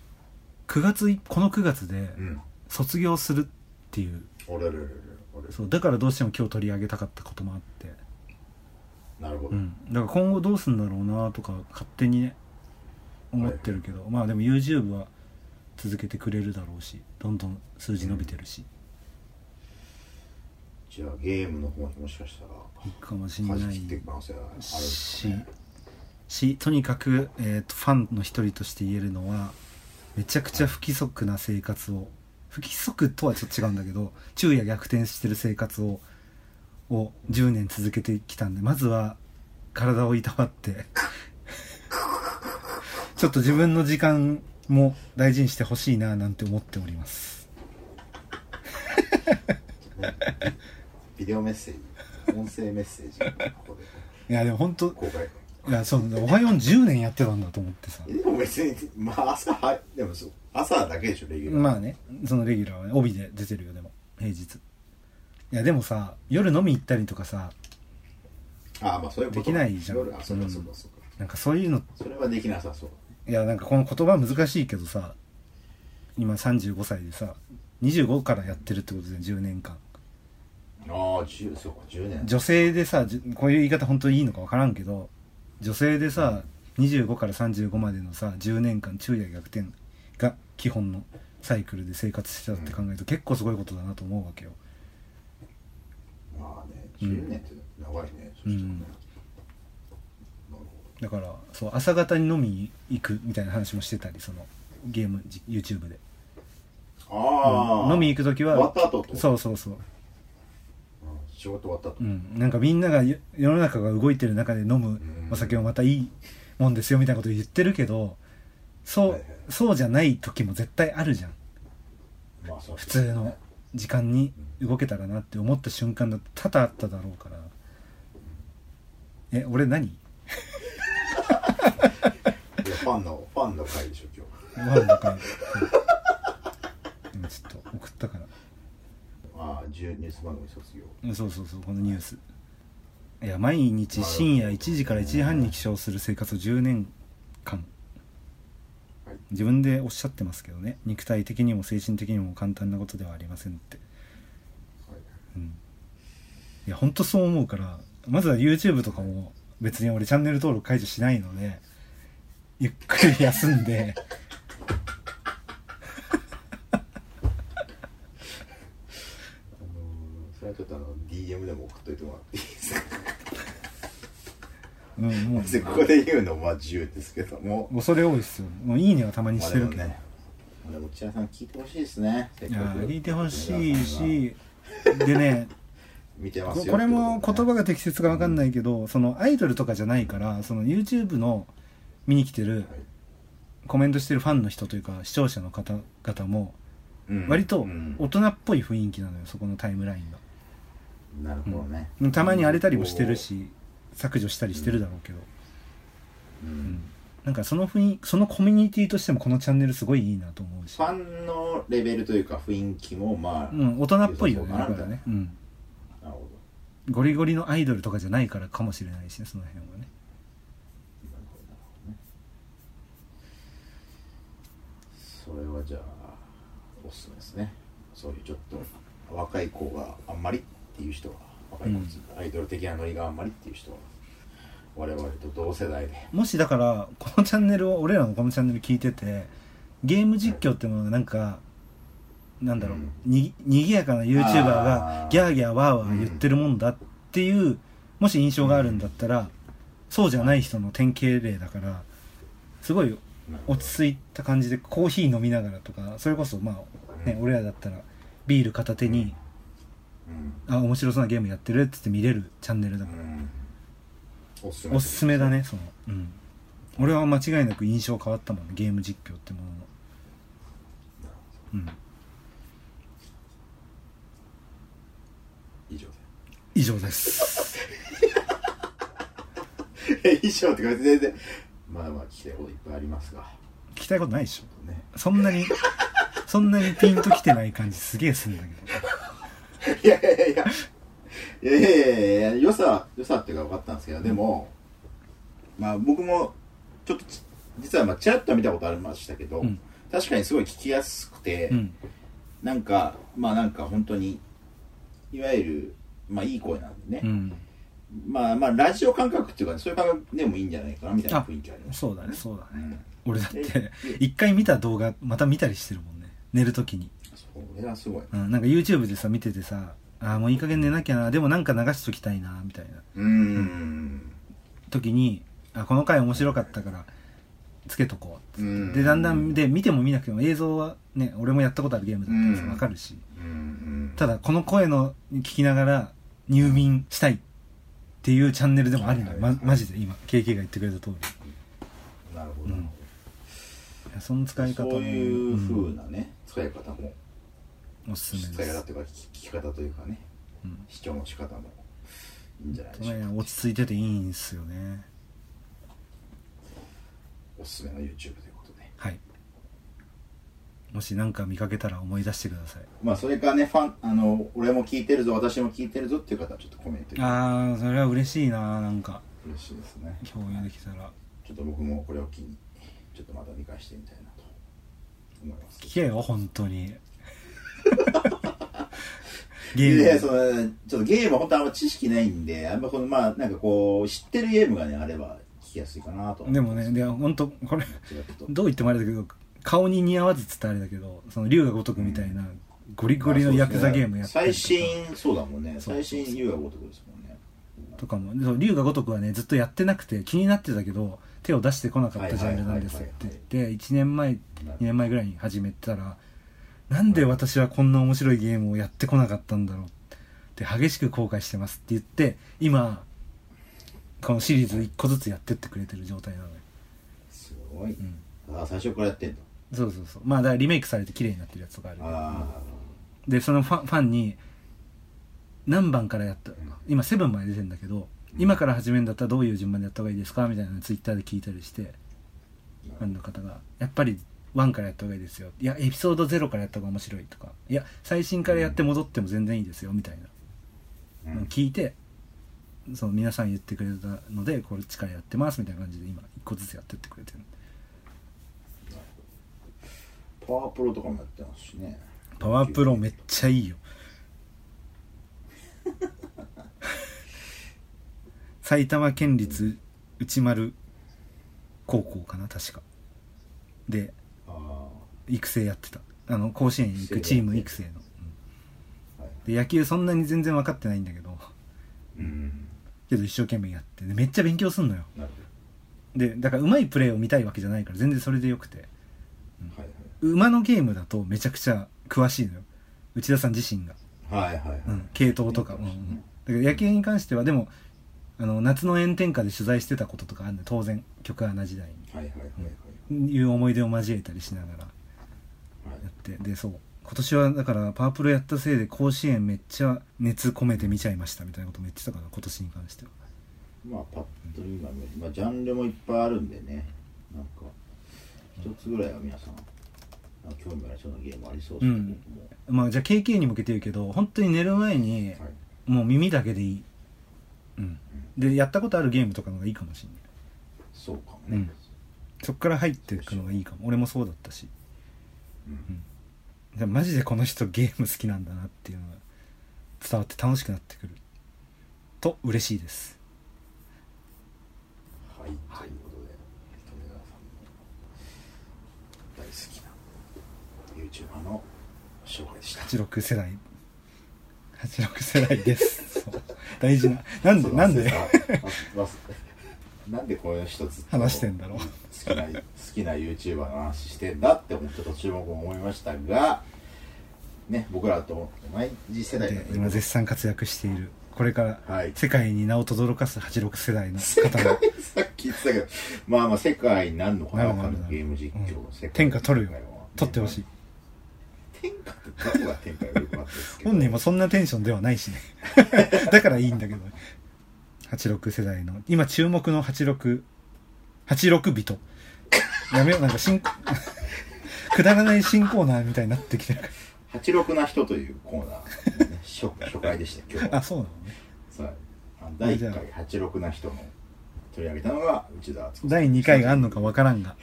Speaker 1: 9月いこの9月で
Speaker 2: うん
Speaker 1: 卒業するっていう
Speaker 2: 俺れれれれ俺
Speaker 1: そうだからどうしても今日取り上げたかったこともあって、
Speaker 2: なるほ
Speaker 1: う
Speaker 2: ど
Speaker 1: ん、だから今後どうすんだろうなとか勝手にね思ってるけど、まあでも YouTube は続けてくれるだろうしどんどん数字伸びてるし、
Speaker 2: じゃあゲームの方にもしかしたら
Speaker 1: かもしんない
Speaker 2: 舵切っていく可能性はあるんです
Speaker 1: し
Speaker 2: かね
Speaker 1: しとにかく、えー、とファンの一人として言えるのはめちゃくちゃ不規則な生活を不規則とはちょっと違うんだけど昼夜逆転してる生活をを10年続けてきたんでまずは体をいたわって ちょっと自分の時間も大事にしてほしいななんて思っております
Speaker 2: ビデオメッセージ音声メッセージここで
Speaker 1: いやでも本当
Speaker 2: 公開
Speaker 1: いやそうおはよう10年やってたんだと思ってさ
Speaker 2: えでも別にまあ朝はいでもそう朝だけでしょレギュラー
Speaker 1: まあねそのレギュラーはね帯で出てるよでも平日いやでもさ夜飲み行ったりとかさ
Speaker 2: ああまあそういうこと
Speaker 1: できないじゃん
Speaker 2: 夜あそう
Speaker 1: う
Speaker 2: か
Speaker 1: ん
Speaker 2: そうかそうか
Speaker 1: なんかそういうの
Speaker 2: それはできなさそう
Speaker 1: いやなんかこの言葉難しいけどさ今35歳でさ25からやってるってことじゃん10年間
Speaker 2: ああ10そうか10年
Speaker 1: 女性でさじゅこういう言い方本当にいいのか分からんけど女性でさ25から35までのさ10年間昼夜逆転が基本のサイクルで生活してたって考えると結構すごいことだなと思うわけよ
Speaker 2: まあね10年って長いねそしたらねなるほ
Speaker 1: だからそう朝方に飲みに行くみたいな話もしてたりそのゲームじ YouTube で
Speaker 2: どああ
Speaker 1: 飲み行く時は
Speaker 2: 終わった後ってこと
Speaker 1: そうそうそう、
Speaker 2: うん仕事終わった後
Speaker 1: うん、なんかみんながよ世の中が動いてる中で飲む
Speaker 2: ん
Speaker 1: お酒はまたいいもんですよみたいなこと言ってるけどそう、
Speaker 2: はいはい
Speaker 1: そうじゃない時も絶対あるじゃん
Speaker 2: まあそう
Speaker 1: 普通の時間に動けたらなって思った瞬間だって多々あっただろうからえ俺何
Speaker 2: いやファンのファンの会でしょ今
Speaker 1: ご飯の 会うん今ちょっと送ったから
Speaker 2: 日ああ10ニュース番組卒業
Speaker 1: うんそうそうそうこのニュースいや毎日深夜1時から1時半に起床する生活を10年間
Speaker 2: はい
Speaker 1: 自分でおっしゃってますけどね肉体的にも精神的にも簡単なことではありませんって
Speaker 2: はい
Speaker 1: いやほんとそう思うからまずは YouTube とかも別に俺チャンネル登録解除しないのでゆっくり休んで
Speaker 2: あのーそれはちょっとあの DM でも送っといてもらっていいですか
Speaker 1: うんも
Speaker 2: 別に
Speaker 1: う
Speaker 2: ここで言うのは自由ですけども
Speaker 1: 恐れ多いっすよもういいねはたまに
Speaker 2: ま
Speaker 1: し
Speaker 2: あ
Speaker 1: て
Speaker 2: で
Speaker 1: る
Speaker 2: も
Speaker 1: けど、
Speaker 2: ねまあでも千田さん聞いてほしいですねせっ
Speaker 1: いや
Speaker 2: かく
Speaker 1: 聞いてほしいしでね
Speaker 2: 見てます
Speaker 1: こ
Speaker 2: よ
Speaker 1: これも言葉
Speaker 2: が
Speaker 1: が適切か分かんないけど、そのアイドルとかじゃないからその YouTube の見に来てるコメントしてるファンの人というか視聴者の方々も割と
Speaker 2: うん
Speaker 1: 大人っぽい雰囲気なのよそこのタイムラインが、
Speaker 2: なるほどね、
Speaker 1: うんたまに荒れたりもしてるし削除したりしてるだろうけど、
Speaker 2: うん
Speaker 1: なんかその雰囲そのコミュニティとしてもこのチャンネルすごいいいなと思うし
Speaker 2: ファンのレベルというか雰囲気もまあ、
Speaker 1: う
Speaker 2: なる
Speaker 1: ん、大人っぽいよね
Speaker 2: 良さ
Speaker 1: だ
Speaker 2: そう
Speaker 1: か
Speaker 2: だな
Speaker 1: らね、うん、
Speaker 2: ほど
Speaker 1: ゴリゴリのアイドルとかじゃないからかもしれないしねその辺はね
Speaker 2: なるほどなるほどねそれはじゃあおすすめですねそういうちょっと若い子があんまりっていう人は若い子っていうかアイドル的なノリがあんまりっていう人は我々と同世代で
Speaker 1: もしだからこのチャンネルを俺らのこのチャンネル聞いててゲーム実況ってものがなんかなんだろう、
Speaker 2: うん
Speaker 1: ににぎやかな YouTuber が
Speaker 2: あー
Speaker 1: ギャーギャーワーワー言ってるもんだっていう、もし印象があるんだったら、そうじゃない人の典型例だからすごい落ち着いた感じでコーヒー飲みながらとかそれこそまあね、
Speaker 2: う
Speaker 1: 俺らだったらビール片手に、
Speaker 2: うん
Speaker 1: あ面白そうなゲームやってるっつって見れるチャンネルだ
Speaker 2: う
Speaker 1: から、
Speaker 2: んおすす
Speaker 1: おすすめだねそのうん俺は間違いなく印象変わったもんねゲーム実況ってもののうん
Speaker 2: 以上
Speaker 1: 以上です
Speaker 2: で 以上ってか全然まだまだ聞きたいこといっぱいありますが
Speaker 1: 聞きたいことないでし
Speaker 2: ね
Speaker 1: ょそん なにそんなにピンときてない感じすげえすんだけど
Speaker 2: いやいやいやいやいやいやいや良さ良さっていうか分かったんですけどでもまあ僕もちょっとち実はまあちらっとは見たことありましたけど、
Speaker 1: うん
Speaker 2: 確かにすごい聞きやすくて、
Speaker 1: うん
Speaker 2: なんかまあなんか本当にいわゆるまあいい声なんで
Speaker 1: う
Speaker 2: ね、
Speaker 1: ん
Speaker 2: まあまあラジオ感覚っていうか、そういう感覚でもいいんじゃないかなみたいな雰囲気あります
Speaker 1: そうだねそうだ
Speaker 2: う
Speaker 1: ね
Speaker 2: ん
Speaker 1: 俺だって
Speaker 2: え
Speaker 1: 一回見た動画また見たりしてるもんね寝るときに、
Speaker 2: それはすごい
Speaker 1: うん、なんか YouTube でさ見ててさあーもういい加減寝なきゃなでもなんか流しときたいなみたいな
Speaker 2: うーん
Speaker 1: 時にあこの回面白かったからつけとこう
Speaker 2: うん
Speaker 1: でだんだんで見ても見なくても映像はね俺もやったことあるゲームだった
Speaker 2: うん
Speaker 1: らわかるし
Speaker 2: うんうん
Speaker 1: ただこの声の聞きながら入眠したいっていうチャンネルでもあるのよ、ま、マジで今 KK が言ってくれた通り
Speaker 2: なるほどなるほど
Speaker 1: いやその使い方も
Speaker 2: そういう風
Speaker 1: ん
Speaker 2: なね、使い方も
Speaker 1: おすす
Speaker 2: 使
Speaker 1: め
Speaker 2: い
Speaker 1: で
Speaker 2: 方
Speaker 1: す
Speaker 2: というか聞き方というかね
Speaker 1: うん
Speaker 2: 視聴の仕方もいいんじゃないでしょうか、
Speaker 1: ね落ち着いてていいんすよね
Speaker 2: おすすめの YouTube ということで
Speaker 1: はいもし何か見かけたら思い出してください
Speaker 2: まあそれかねファンあの俺も聞いてるぞ私も聞いてるぞっていう方はちょっとコメント嬉
Speaker 1: あーそれは嬉しいななんか
Speaker 2: しいですね
Speaker 1: 共有できたら
Speaker 2: ちょっと僕もこれを機にちょっとまた見返してみたいなと思います
Speaker 1: 聞けよ本当 にゲ
Speaker 2: で
Speaker 1: ー
Speaker 2: そ
Speaker 1: ム
Speaker 2: のちょっとゲームは本当あんま知識ないんであんまこのまあなんかこう知ってるゲームがねあれば聞きやすいかなと
Speaker 1: でもねで本当これ
Speaker 2: ちらっと
Speaker 1: どう言ってもあれだけど顔に似合わずっつったらあれだけどその龍が如くみたいなゴリゴリのヤクザゲームやったり
Speaker 2: 最
Speaker 1: とか,、
Speaker 2: 新そうだもんね
Speaker 1: そう
Speaker 2: 最新優雅ごとくですもんね
Speaker 1: とかもそう龍が如くはねずっとやってなくて気になってたけど手を出してこなかったジャンルなんですって言って1年前2年前ぐらいに始めたらなんで私はこんな面白いゲームをやってこなかったんだろうって激しく後悔してますって言って今このシリーズ1個ずつやってってくれてる状態なのよ、
Speaker 2: すごい
Speaker 1: うん、
Speaker 2: あ最初からやってんだ
Speaker 1: そうそうそうまあだからリメイクされて綺麗になってるやつとかあるけど
Speaker 2: あ
Speaker 1: でそのファンファンに何番からやった今セブンまで出てんだけど今から始めるんだったらどういう順番でやった方がいいですかみたいなのツイッターで聞いたりしてファンの方が「やっぱり1からやった方がいいですよ」「いやエピソード0からやった方が面白い」とか「いや最新からやって戻っても全然いいですよ」みたいな
Speaker 2: あ
Speaker 1: のを聞いてその皆さん言ってくれたのでこっちからやってますみたいな感じで今一個ずつやってってくれてる
Speaker 2: パワープロとかもやってますしね
Speaker 1: パワープロめっちゃいいよ埼玉県立内丸高校かな確かで
Speaker 2: ああ
Speaker 1: 育成やってたあの甲子園行くチーム育成の、
Speaker 2: は
Speaker 1: うんで野球そんなに全然分かってないんだけど
Speaker 2: いうん
Speaker 1: けど一生懸命やってでめっちゃ勉強すんのよ
Speaker 2: なる
Speaker 1: でだからうまいプレーを見たいわけじゃないから全然それでよくて
Speaker 2: ほどはい
Speaker 1: 馬のゲームだとめちゃくちゃ詳しいのよ内田さん自身が
Speaker 2: はいはいはい、
Speaker 1: うん、系統とか、うんうん、だけど野球に関してはでもあの夏の炎天下で取材してたこととかあるんで当然局アナ時代
Speaker 2: はいはいはい
Speaker 1: にいう思い出を交えたりしながら
Speaker 2: はい、はい
Speaker 1: やってでそう今年はだからパワープロやったせいで甲子園めっちゃ熱込めて見ちゃいましたみたいなことも言ってたから今年に関しては
Speaker 2: まあパッと今ね、まあ、ジャンルもいっぱいあるんでねなんか一つぐらいは皆さんなんか興味ありそうなゲームありそうですね、
Speaker 1: うんまあじゃあ KK に向けて言うけど本当に寝る前に
Speaker 2: 僕もはい
Speaker 1: もう耳だけでいいうんでやったことあるゲームとかの方がいいかもしんない
Speaker 2: そうかも
Speaker 1: う
Speaker 2: ね、
Speaker 1: んそっから入っていくのがいいかも俺もそうだったし
Speaker 2: うん
Speaker 1: でもマジでこの人ゲーム好きなんだなっていうのが伝わって楽しくなってくると嬉しいです
Speaker 2: はいということで富澤さんの大好きな YouTuber の紹介でした
Speaker 1: 86世代86世代ですそう大事ななんでなんで
Speaker 2: 忘れたなんでこの人ずっと
Speaker 1: 話してんだろう
Speaker 2: 好きな好きな YouTuber の話してんだって思って途中僕も思いましたがね僕らと同じ世代
Speaker 1: で
Speaker 2: だと
Speaker 1: 今絶賛活躍しているこれから
Speaker 2: はい
Speaker 1: 世界に名を轟かす86世代の
Speaker 2: 世
Speaker 1: 方
Speaker 2: 界
Speaker 1: が
Speaker 2: さっき言ってたけどまあまあ世界になるのかな
Speaker 1: なる
Speaker 2: わ
Speaker 1: な
Speaker 2: か
Speaker 1: る
Speaker 2: んないゲーム実況の世界
Speaker 1: 天下取るよ取ってほしい
Speaker 2: 天下ってどこが天下よく分かんないですけど
Speaker 1: 本人もそんなテンションではない しねだからいいんだけど86世代の今注目の8686人やめようなんか新 くだらない新コーナーみたいになってきてるか
Speaker 2: 86な人というコーナーのね、初初回でした今日
Speaker 1: ら
Speaker 2: は
Speaker 1: あそうなのね
Speaker 2: さあ第1回86な人の取り上げたのが内田敦子さん
Speaker 1: 第2回があんのかわからんが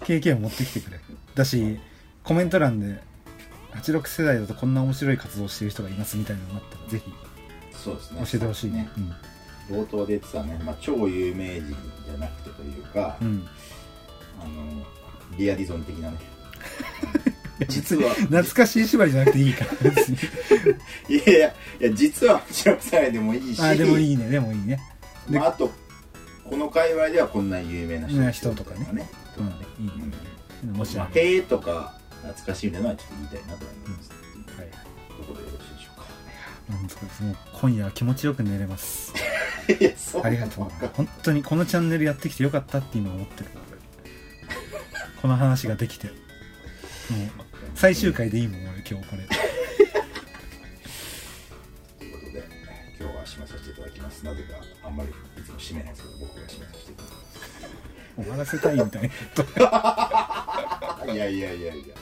Speaker 1: KK を持ってきてくれだしコメント欄で86世代だとこんな面白い活動してる人がいますみたいなのがあったらぜひ
Speaker 2: そうですね
Speaker 1: 教えてほしいね
Speaker 2: 冒頭で言ってたね、まあ、超有名人じゃなくてというか、
Speaker 1: うん、うん、
Speaker 2: あのリアリゾン的 なね実は
Speaker 1: 懐かしい縛りじゃなくていいから別に
Speaker 2: いやいやいや実は白くさないでもいいし
Speaker 1: あでもいいねでもいいねで
Speaker 2: まあ、あとこの界隈ではこんな有名な人
Speaker 1: ね人とかね
Speaker 2: とかね
Speaker 1: うんいいねもし
Speaker 2: ま
Speaker 1: あ
Speaker 2: あ
Speaker 1: れば
Speaker 2: へえとか懐かしいみたいなのはちょっと言いたいなと思います、
Speaker 1: はい
Speaker 2: ということでよろしいでしょうか
Speaker 1: なんですかもう今夜は気持ちよく寝れます
Speaker 2: いやそう
Speaker 1: ありがとう本当にこのチャンネルやってきてよかったって今思ってるこの話ができてもう最終回でいいもん俺今日これ
Speaker 2: ということで今日は締めさせていただきますなぜかあんまりいつも締めないんですけど僕が締めさせていただきます
Speaker 1: 終わらせたいみたいな
Speaker 2: いやいやいやいや